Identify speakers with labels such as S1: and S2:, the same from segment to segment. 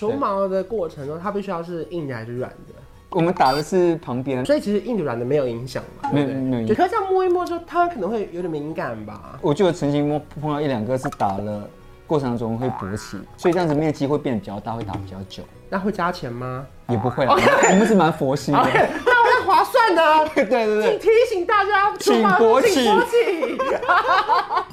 S1: 除毛的过程中，它必须要是硬的还是软的？
S2: 我们打的是旁边，
S1: 所以其实硬的软的没有影响嘛，对不对
S2: 没有没有影
S1: 对
S2: 响
S1: 可是这样摸一摸之后，它可能会有点敏感吧？
S2: 我就有曾经摸碰到一两个是打了过程中会勃起，所以这样子面积会变得比较大，会打比较久，
S1: 那会加钱吗？哎
S2: 也不
S3: 哦
S2: 会啦。我们是蛮佛心的，
S1: 那我在划算的、啊。
S2: 对
S1: 请
S2: 对嗯对。
S1: 提醒大家，
S2: 请
S1: 除毛
S2: 勃起
S1: 请勃 起。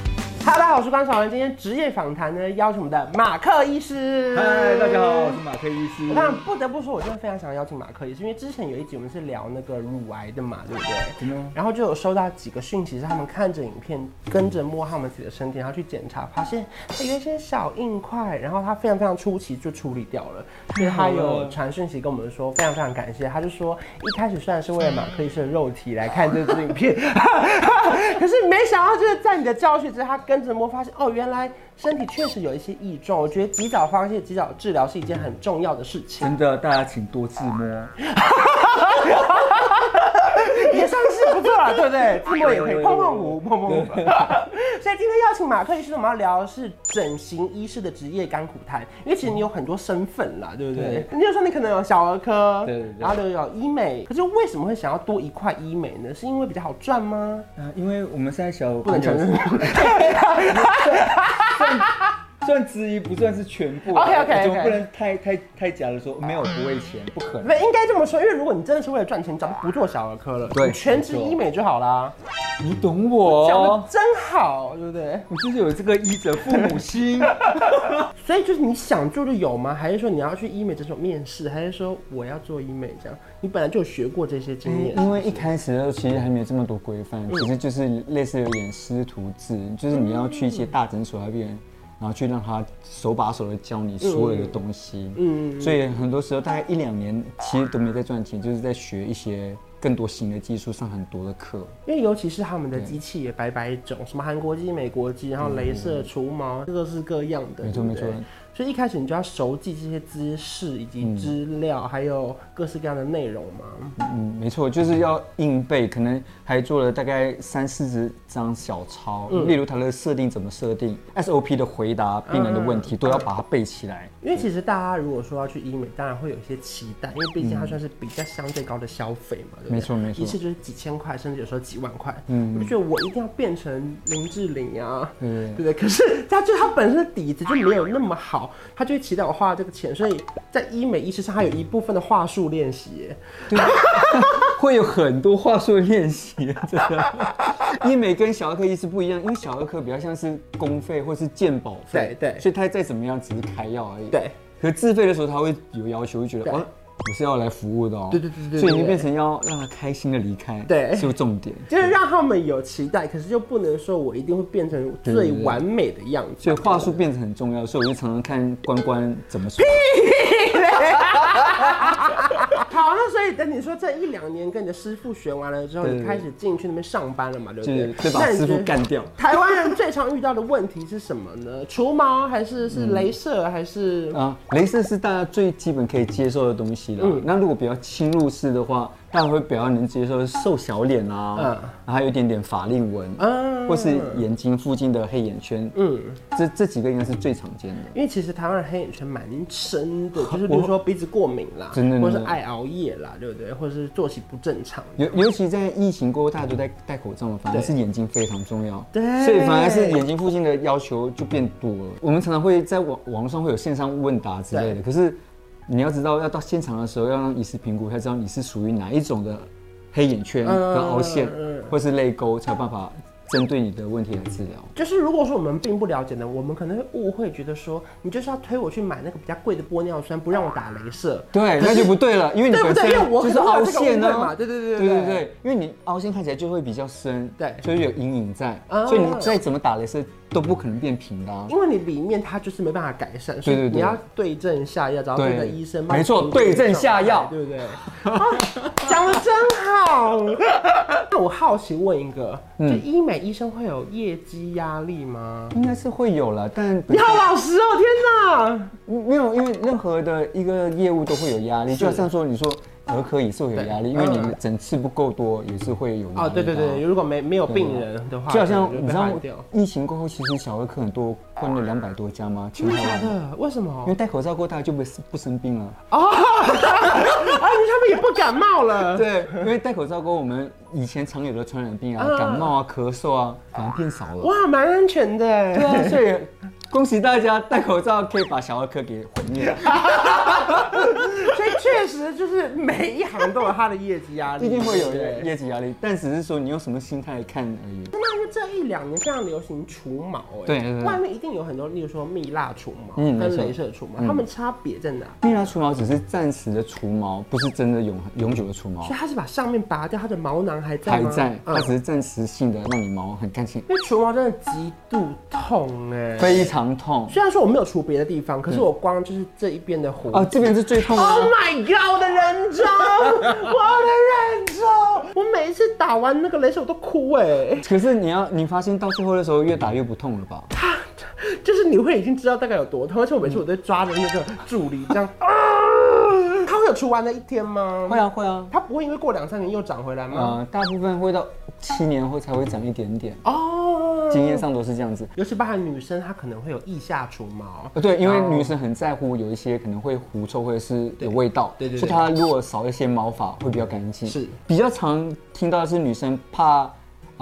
S1: 哈喽，大家好，我是关少文。今天职业访谈呢，邀请我们的马克医师。
S3: 嗨，哎大家好，我是马克医师。
S1: 那不得不说，我真的非常想邀请马克医师，因为之前有一集我们是聊那个乳癌的嘛，对不对？
S3: 真的吗
S1: 然后就有收到几个讯息，是他们看着影片，跟着摸他们自己的身体，然后去检查，发现哎有一些小硬块，然后他非常非常出奇就处理掉了。所以他有传讯息跟我们说，非常非常感谢。他就说一开始虽然是为了马克医师的肉体来看这支影片， 可是没想到就是在你的教训之下，他跟着摸发现哦，原来身体确实有一些异状。我觉得及早发现、及早治疗是一件很重要的事情。
S3: 真的，大家请多自摸，
S1: 也算是不错 了，对不对？自摸也可以碰碰舞，碰碰舞。 所以今天邀请马克医师，我们要聊的是整形医师的职业甘苦谈，因为其实你有很多身份啦，对不对？你就说你可能有小儿科，
S3: 对对对
S1: 然后有医美，可是为什么会想要多一块医美呢？是因为比较好赚吗？
S3: 呃因为我们现在小
S1: 不能承认。
S3: 算之一，不算是全部。啊
S1: OK，OK，OK
S3: 我总不能太太太假的说没有不为钱，不可能。
S1: 不应该这么说，因为如果你真的是为了赚钱，你早就不做小儿科了，
S2: 对
S1: 你全职医美就好啦。
S3: 你懂
S1: 讲
S3: 我
S1: 的，真好，对不对？
S3: 我就是有这个医者父母心。
S1: 所以就是你想做就有吗？还是说你要去医美诊所面试？还是说我要做医美这样？你本来就有学过这些经验，
S2: 嗯因为一开始的时候其实还没有这么多规范，其实就是类似有点师徒制，就是你要去一些大诊所那边，然后去让他手把手的教你所有的东西。
S1: 嗯
S2: 嗯，所以很多时候大概一两年其实都没在赚钱，就是在学一些更多新的技术，上很多的课。
S1: 因为尤其是他们的机器也百百种，什么韩国机、美国机，然后镭射、除毛，各式各样的，
S2: 嗯没错
S1: 对不对
S2: 没错。
S1: 所以一开始你就要熟记这些姿势以及资料，还有各式各样的内容嘛。
S2: 嗯，没错，就是要硬背，可能还做了大概三四十张小抄，例如它的设定怎么设定，SOP 的回答病人的问题、都要把它背起来。
S1: 因为其实大家如果说要去医美，当然会有一些期待，因为毕竟它算是比较相对高的消费嘛，对不对？
S2: 没错没错
S1: 一次就是几千块，甚至有时候几万块。嗯，我就觉得我一定要变成林志玲啊，
S2: 对
S1: 对不对？可是他就他本身的底子就没有那么好，他就会期待我花这个钱，所以在医美医师上，他有一部分的话术练习耶。
S2: 会有很多话术练习，真的。医美跟小儿科医师不一样，因为小儿科比较像是公费或是健保费，
S1: 对对
S2: 所以他再怎么样只是开药而已。
S1: 对，
S2: 可自费的时候他会有要求，会觉
S1: 对
S2: 得哦，我是要来服务的哦。
S1: 对对对对对
S2: 所以你变成要让他开心的离开，
S1: 对
S2: 是重点。
S1: 就是让他们有期待，可是又不能说我一定会变成最完美的样子。
S2: 所以话术变得很重要，所以我就常常看关关怎么说。
S1: 好，那所以等你说这一两年跟你的师傅学完了之后，
S2: 对对
S1: 你开始进去那边上班了嘛，对不
S2: 就是
S1: 对？
S2: 对把
S1: 那你
S2: 师
S1: 觉
S2: 傅
S1: 得
S2: 干掉
S1: 台湾人最常遇到的问题是什么呢？ 除毛还是是镭射还是？
S2: 啊，镭射是大家最基本可以接受的东西了。那如果比较侵入式的话，大家会比较能接受瘦小脸啊，
S1: 嗯
S2: 然后还有一点点法令纹，
S1: 嗯
S2: 或是眼睛附近的黑眼圈，
S1: 嗯，
S2: 这这几个应该是最常见的。
S1: 因为其实台湾人黑眼圈蛮深 的，就是比如说鼻子过敏啦，
S2: 真的
S1: 或者
S2: 真
S1: 是
S2: 的
S1: 爱熬夜啦，对不对？或者是作息不正常。
S2: 尤尤其在疫情过后，大家都在戴口罩嘛，反而是眼睛非常重要。
S1: 对
S2: 所以反而是眼睛附近的要求就变多了。我们常常会在网网络上会有线上问答之类的，可是你要知道，要到现场的时候，要让医师评估，才知道你是属于哪一种的黑眼圈
S1: 嗯
S2: 和凹陷
S1: 嗯嗯，
S2: 或是泪沟，才有办法针对你的问题来治疗。
S1: 就是如果说我们并不了解呢，我们可能会误会，觉得说你就是要推我去买那个比较贵的玻尿酸，不让我打镭射。
S2: 对，那就不对了，因为你
S1: 对不
S2: 本
S1: 对
S2: 身
S1: 因为我
S2: 就是凹陷
S1: 可能会有这个误会
S2: 呢
S1: 嘛，对对对对
S2: 对
S1: 对
S2: 对对，因为你凹陷看起来就会比较深，
S1: 对
S2: 就是有阴影在
S1: 啊，
S2: 所以你再怎么打镭射都不可能变平的啊。
S1: 因为你里面它就是没办法改善，所以
S2: 对对对
S1: 你要对症下药，找到对的医生。
S2: 对
S1: 帮你
S2: 没错
S1: 评估
S2: 对症下药
S1: 对不 对？啊讲的真好。那我好奇问一个，
S2: 嗯
S1: 就医美医生会有业绩压力吗？
S2: 应该是会有了，但
S1: 你好老实哦，天哪！
S2: 没有，因为任何的一个业务都会有压力。就好像说，你说儿科也是会有压力，因为你们诊次不够多，也是会有压力
S1: 嗯哦，对对
S2: 到
S1: 对，如果没没有病人的话，
S2: 嗯啊就好像
S1: 可能
S2: 你
S1: 被
S2: 知道
S1: 换掉。
S2: 疫情过后，其实小儿科很多关了两百多家吗？全
S1: 真的
S2: 台
S1: 假
S2: 湾，
S1: 的？为什么？
S2: 因为戴口罩过，大家就不不生病了。
S1: 啊，因为他们也不感冒了。
S2: 对，因为戴口罩过，我们以前常有的传染病啊，
S1: 嗯
S2: 感冒啊、咳嗽啊，反而变少了。
S1: 哇，蛮安全的哎。
S2: 对啊，所以恭喜大家戴口罩可以把小儿科给毁灭。
S1: 所以确实就是每一行都有他的业绩压力，
S2: 一定会有
S1: 对
S2: 业绩压力，但只是说你用什么心态看而已。
S1: 那因为这一两年非常流行除毛、哎，
S2: 对对对
S1: 外面一定有很多，例如说蜜蜡除毛、
S2: 嗯
S1: 跟
S2: 没错
S1: 镭射除毛，它们差别在哪？
S2: 蜜蜡除毛只是暂时的除毛，不是真的永永久的除毛
S1: 所以，它是把上面拔掉，它的毛囊还在
S2: 还
S1: 吗？
S2: 在，它
S1: 嗯
S2: 只是暂时性的让你毛很干净，
S1: 因为除毛真的极度痛哎、
S2: 非常痛
S1: 虽然说我没有除别的地方，可是我光就是这一边的胡子。
S2: 哦，这边是最痛的
S1: Oh
S2: 啊。
S1: my god！我的人 中，我的人中，我每一次打完那个镭射我都哭哎、
S2: 可是你要，你发现到最后的时候越打越不痛了吧？
S1: 就是你会已经知道大概有多痛，而且我每次我都抓着那个助理这样，啊，它会有除完的一天吗？
S2: 会啊，会啊。
S1: 它不会因为过两三年又长回来吗？
S2: 呃，大部分会到七年后才会长一点点，
S1: 哦，
S2: 经验上都是这样子。
S1: 尤其包含女生，她可能会有腋下除毛，
S2: 呃，对，因为女生很在乎，有一些可能会狐臭或者是有味道，
S1: 对对对
S2: 所以她如果少一些毛发会比较干净。
S1: 是，
S2: 比较常听到的是女生怕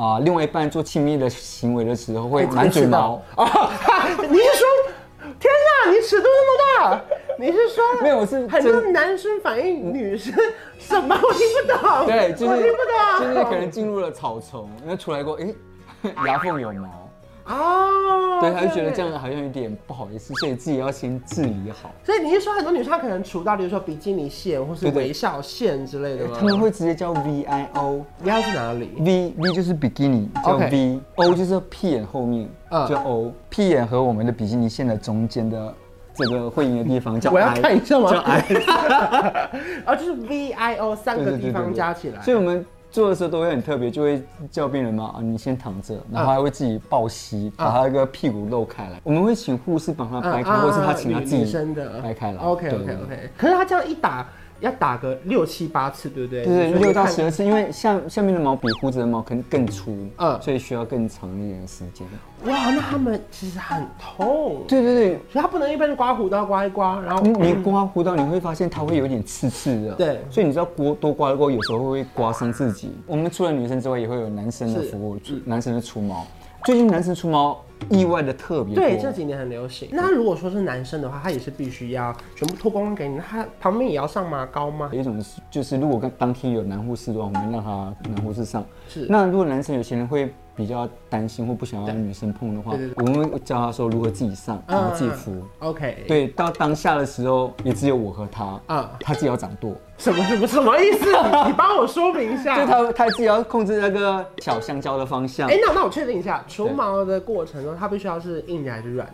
S2: 啊、另外一半做亲密的行为的时候会满嘴毛。
S1: 哦， 哈你是说，天哪，你尺度那 么大？你是说
S2: 没有我是
S1: 很多
S2: 真
S1: 男生反映女生什么？我听不懂，
S2: 对，就
S1: 哦我
S2: 是
S1: 听不
S2: 就
S1: 懂，
S2: 是可能进入了草丛，然后出来过，诶， 牙缝有毛，
S1: 哦，
S2: 对，她就觉
S1: 对
S2: 得这样好像有点不好意思，所以自己要先治理好。
S1: 所以你是说很多女生她可能除到，比如说比基尼线或是
S2: 对对
S1: 微笑线之类的吗？
S2: 他们会直接叫 V I O。
S1: 要是哪里？
S2: V V 就是比基尼叫
S1: OK
S2: V，O 就是屁眼后面
S1: 嗯
S2: 叫 O，屁眼和我们的比基尼线的中间的这个会阴的地方叫 I，
S1: 我要看一下吗
S2: 叫 I，
S1: 哦，就是 V I O 三
S2: 对
S1: 个
S2: 对
S1: 地
S2: 对
S1: 方
S2: 对
S1: 加起来。
S2: 所以我们做的时候都会很特别，就会叫病人嘛啊，你先躺着，然后还会自己抱膝，把他那个屁股露开来。我们会请护士帮他掰开，或是他请他自
S1: 嗯啊女
S2: 己
S1: 生的
S2: 掰开来。
S1: OK
S2: 对
S1: OK。OK。可是他这样一打，要打个六七八次，对不对？
S2: 对对
S1: 你
S2: 对，
S1: 说
S2: 六到
S1: 看
S2: 十。二次，因为下下面的毛比胡子的毛可能更粗，
S1: 嗯
S2: 嗯，所以需要更长一点的时间。
S1: 哇，那他们其实很痛。
S2: 对嗯对对，
S1: 所以他不能一边刮胡刀刮一刮，然后
S2: 你你刮胡刀，你会发现它会有点刺刺的。
S1: 对
S2: 所以你知道刮多刮过，有时候会刮伤自己。我们除了女生之外，也会有男生的
S1: 是嗯
S2: 服务，男生的除毛。最近男生除毛意外的特别多。
S1: 对这几年很流行。那如果说是男生的话，他也是必须要全部脱光光给你，那他旁边也要上麻膏吗？
S2: 有一种是就是，如果跟当天有男护士的话，我们让他男护士上。
S1: 是
S2: 那如果男生有些人会比较担心或不想让女生碰的话
S1: 对对，嗯
S2: 我们会教他说如何自己上，然后自己敷。
S1: OK，，
S2: 对，到当下的时候，也只有我和他，
S1: 啊
S2: 啊，他自己要掌舵。
S1: 什么什么什么意 思？你帮我说明一下。
S2: 就他他自己要控制那个小香蕉的方向
S1: 哎、。那那我确定一下，除毛的过程中，它必须要是硬的还是软的？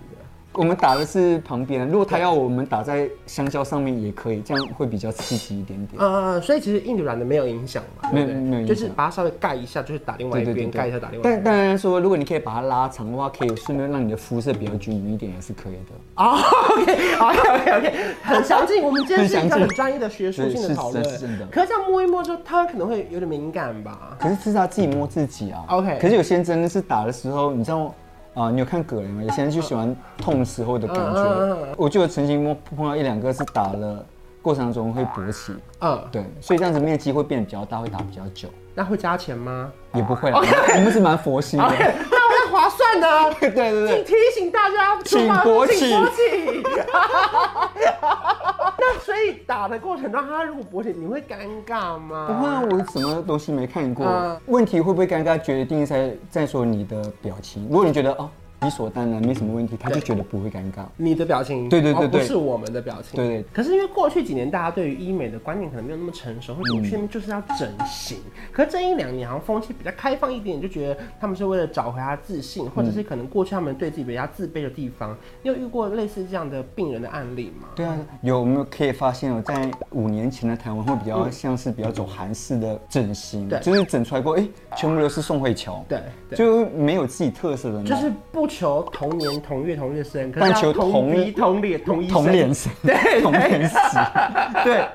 S2: 我们打的是旁边，如果他要我们打在香蕉上面也可以，这样会比较刺激一点点。
S1: 呃，所以其实硬的软的没有影响嘛，对不对
S2: 没有没有影响
S1: 就是把它稍微盖一下，就是打另外一边，盖一下打另外一
S2: 但
S1: 边。
S2: 当然说，如果你可以把它拉长的话，可以顺便让你的肤色比较均匀一点，也是可以的。
S1: 哦，OK OK OK OK，很详尽。我们今天是一个
S2: 很详尽
S1: 很专业的学术性
S2: 对
S1: 的
S2: 是
S1: 讨论
S2: 是是真的，
S1: 可是这样摸一摸之后，它可能会有点敏感吧？
S2: 可是这是他自己摸自己啊。
S1: OK
S2: 可是有些人真的是打的时候，你知道啊、你有看葛雷吗？有些人就喜欢痛时候的感觉。
S1: 嗯嗯嗯嗯
S2: 我就有曾经摸碰到一两个是打了过程中会勃起，
S1: 嗯，
S2: 对，所以这样子面积会变得比较大，会打比较久。
S1: 那会加钱 吗
S2: 也不
S1: 哦
S2: 会啦，我们是蛮佛系的。
S1: ？OK，那我要划算的啊。
S2: 对对
S1: 请
S2: 对，
S1: 提醒大家，
S2: 请
S1: 国
S2: 勃
S1: 请
S2: 起
S1: 勃起。 那所以打的过程中，他如果勃起，你会尴尬吗？
S2: 不会啊，我什么东西没看过
S1: 嗯。
S2: 问题会不会尴尬，决定在在说你的表情。如果你觉得哦理所当然没什么问题，他就觉得不会尴尬。
S1: 你的表情，
S2: 对对对
S1: 哦
S2: 对
S1: 不是我们的表情，
S2: 对对
S1: 可是因为过去几年大家对于医美的观念可能没有那么成熟，或者我去那边就是要整形。可是这一两年好像风气比较开放一点，就觉得他们是为了找回他自信，或者是可能过去他们对自己比较自卑的地方。你有遇过类似这样的病人的案例吗？
S2: 对啊，有没有可以发现哦，在五年前的台湾会比较像是比较走韩式的整形
S1: 对，
S2: 就是整出来过，哎，全部都是宋慧乔，
S1: 对对
S2: 就没有自己特色的那
S1: 就
S2: 种。
S1: 是不不求同年同月同日生，可是
S2: 但
S1: 要
S2: 求
S1: 同
S2: 同
S1: 鼻同脸同一
S2: 同
S1: 生
S2: 脸死，
S1: 对
S2: 同 脸死，对。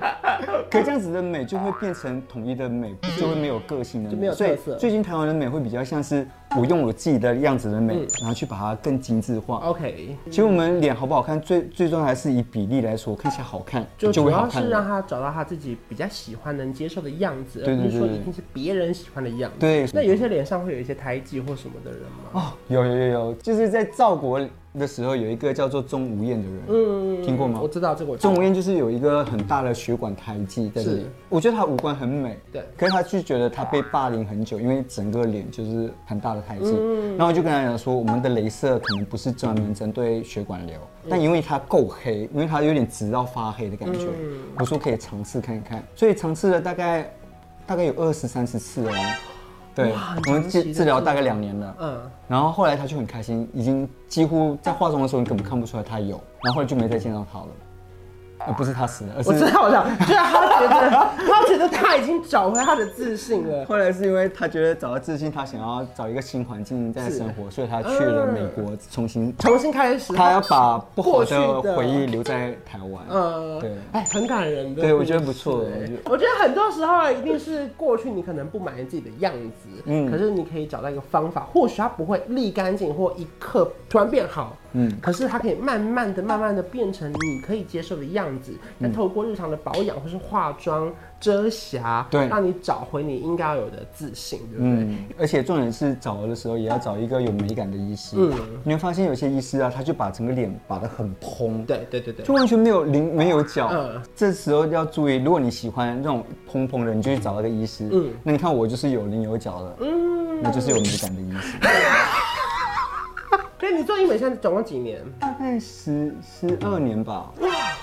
S2: 可这样子的美就会变成统一的美，
S1: 嗯
S2: 就会没有个性的
S1: 就
S2: 美，
S1: 没有
S2: 所以
S1: 特色
S2: 最近台湾的美会比较像是我用我自己的样子的
S1: 嗯
S2: 美，然后去把它更精致化。
S1: OK，
S2: 其实我们脸好不好看，最最重要还是以比例来说，看起来好看
S1: 就
S2: 就
S1: 主
S2: 会好
S1: 要
S2: 看
S1: 是啊
S2: 了。
S1: 让他找到他自己比较喜欢、能接受的样子，
S2: 对对
S1: 而不是说
S2: 对对
S1: 一定是别人喜欢的样子。
S2: 对
S1: 那有一些脸上会有一些胎记或什么的人吗？
S2: 哦，有有有有，就是在赵国的时候，有一个叫做钟无艳的人，嗯，听过吗
S1: 我？知道这个我知道，
S2: 钟无艳就是有一个很大的血管胎记在这里
S1: 是，
S2: 我觉得她五官很美，
S1: 对
S2: 可是她却觉得她被霸凌很久，因为整个脸就是很大的胎记。
S1: 嗯
S2: 然后我就跟她讲说，我们的镭射可能不是专门针对血管瘤，
S1: 嗯
S2: 但因为她够黑，因为她有点直到发黑的感觉，
S1: 嗯
S2: 我说可以尝试看看，所以尝试了大概大概有二十三十次哦。对
S1: 哇，
S2: 我们
S1: 长
S2: 治
S1: 期的
S2: 治疗
S1: 治
S2: 大概两年了，
S1: 嗯，
S2: 然后后来他就很开心，已经几乎在化妆的时候你根本看不出来他有，然后后来就没再见到他了。呃，不是他死了，而
S1: 我知
S2: 是
S1: 道，我知道，就是他觉得他觉得他已经找回他的自信了。
S2: 后来是因为他觉得找到自信，他想要找一个新环境在生活，所以他去了美国重新，
S1: 重新开始，
S2: 他要把不好
S1: 过去
S2: 的
S1: 的
S2: 回忆留在台湾。
S1: 呃，
S2: 对
S1: 哎，很感人的。哎
S2: 对我觉得不错我觉得
S1: 我觉得很多时候啊一定是过去你可能不满意自己的样子，
S2: 嗯
S1: 可是你可以找到一个方法，或许它不会立竿见影或一刻突然变好，嗯
S2: 嗯，
S1: 可是它可以慢慢的、慢慢的变成你可以接受的样子。那
S2: 嗯
S1: 透过日常的保养或是化妆、遮瑕，
S2: 对
S1: 让你找回你应该要有的自信，对不对？
S2: 嗯，而且重点是找的时候也要找一个有美感的医师。
S1: 嗯
S2: 你会发现有些医师啊，他就把整个脸把得很蓬，
S1: 对对对对
S2: 就。完全没有棱没有角。
S1: 嗯
S2: 这时候要注意，如果你喜欢那种蓬蓬的，你就去找那个医师。
S1: 嗯
S2: 那你看我就是有棱有角的，嗯，那就是有美感的医师。
S1: 所以你做医美现在总共几年？
S2: 大概十十二年吧，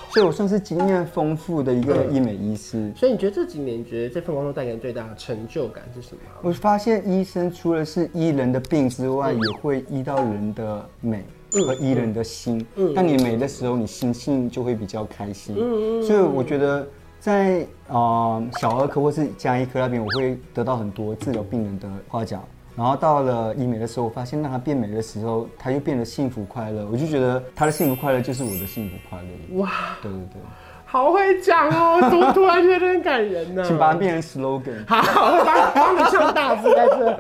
S2: 所以我算是经验丰富的一个
S1: 嗯
S2: 医美医师。
S1: 所以你觉得这几年，你觉得这份工作带给你最大的成就感是什么？
S2: 我发现医生除了是医人的病之外，也会医到人的美。和医人的心，当你美的时候，你心性就会比较开心。所以我觉得在呃小儿科或是加医科那边，我会得到很多治疗病人的夸奖。然后到了医美的时候，我发现让他变美的时候，他又变得幸福快乐。我就觉得他的幸福快乐就是我的幸福快乐。
S1: 哇！
S2: 对对对，
S1: 好会讲哦，怎么突然觉得很感人呢、
S2: 请把它变成 slogan。
S1: 好，我帮帮你上大字在这。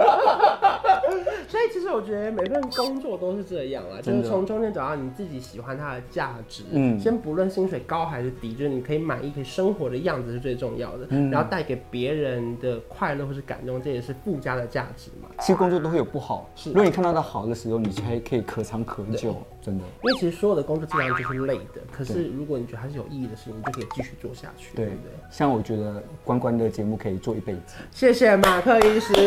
S1: 所以其实我觉得每份工作都是这样啦，就是
S2: 真的
S1: 从中间找到你自己喜欢它的价值。嗯，
S2: 嗯
S1: 先不论薪水高还是低，就是你可以满意、可以生活的样子是最重要的。然后带给别人的快乐或是感动，这也是附加的价值嘛。
S2: 其实工作都会有不好，如果你看到它好的时候，你才可以可长可久，真的。
S1: 因为其实所有的工作基本上就是累的，可是如果你觉得它是有意义的事情，你就可以继续做下去，对
S2: 对
S1: 不对？，
S2: 像我觉得关关的节目可以做一辈子。
S1: 谢谢马克医师。所以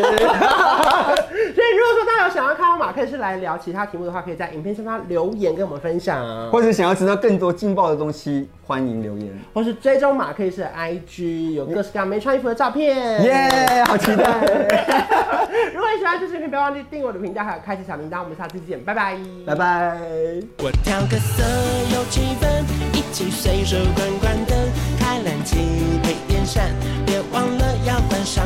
S1: 如果说大家有想要看到马克医师来聊其他题目的话，可以在影片下方留言跟我们分享，
S2: 或者想要知道更多劲爆的东西，欢迎留言。
S1: 或是追踪马克医师的 IG，有各式各样没穿衣服的照片。
S2: 耶、好期待，
S1: 如果你喜欢这视频，不要忘记订阅我的频道，还有开启小铃铛。我们下次见，拜拜，
S2: 拜拜。
S4: 我调个色有气氛，一起随手关关灯，开冷气配电扇，别忘了要关上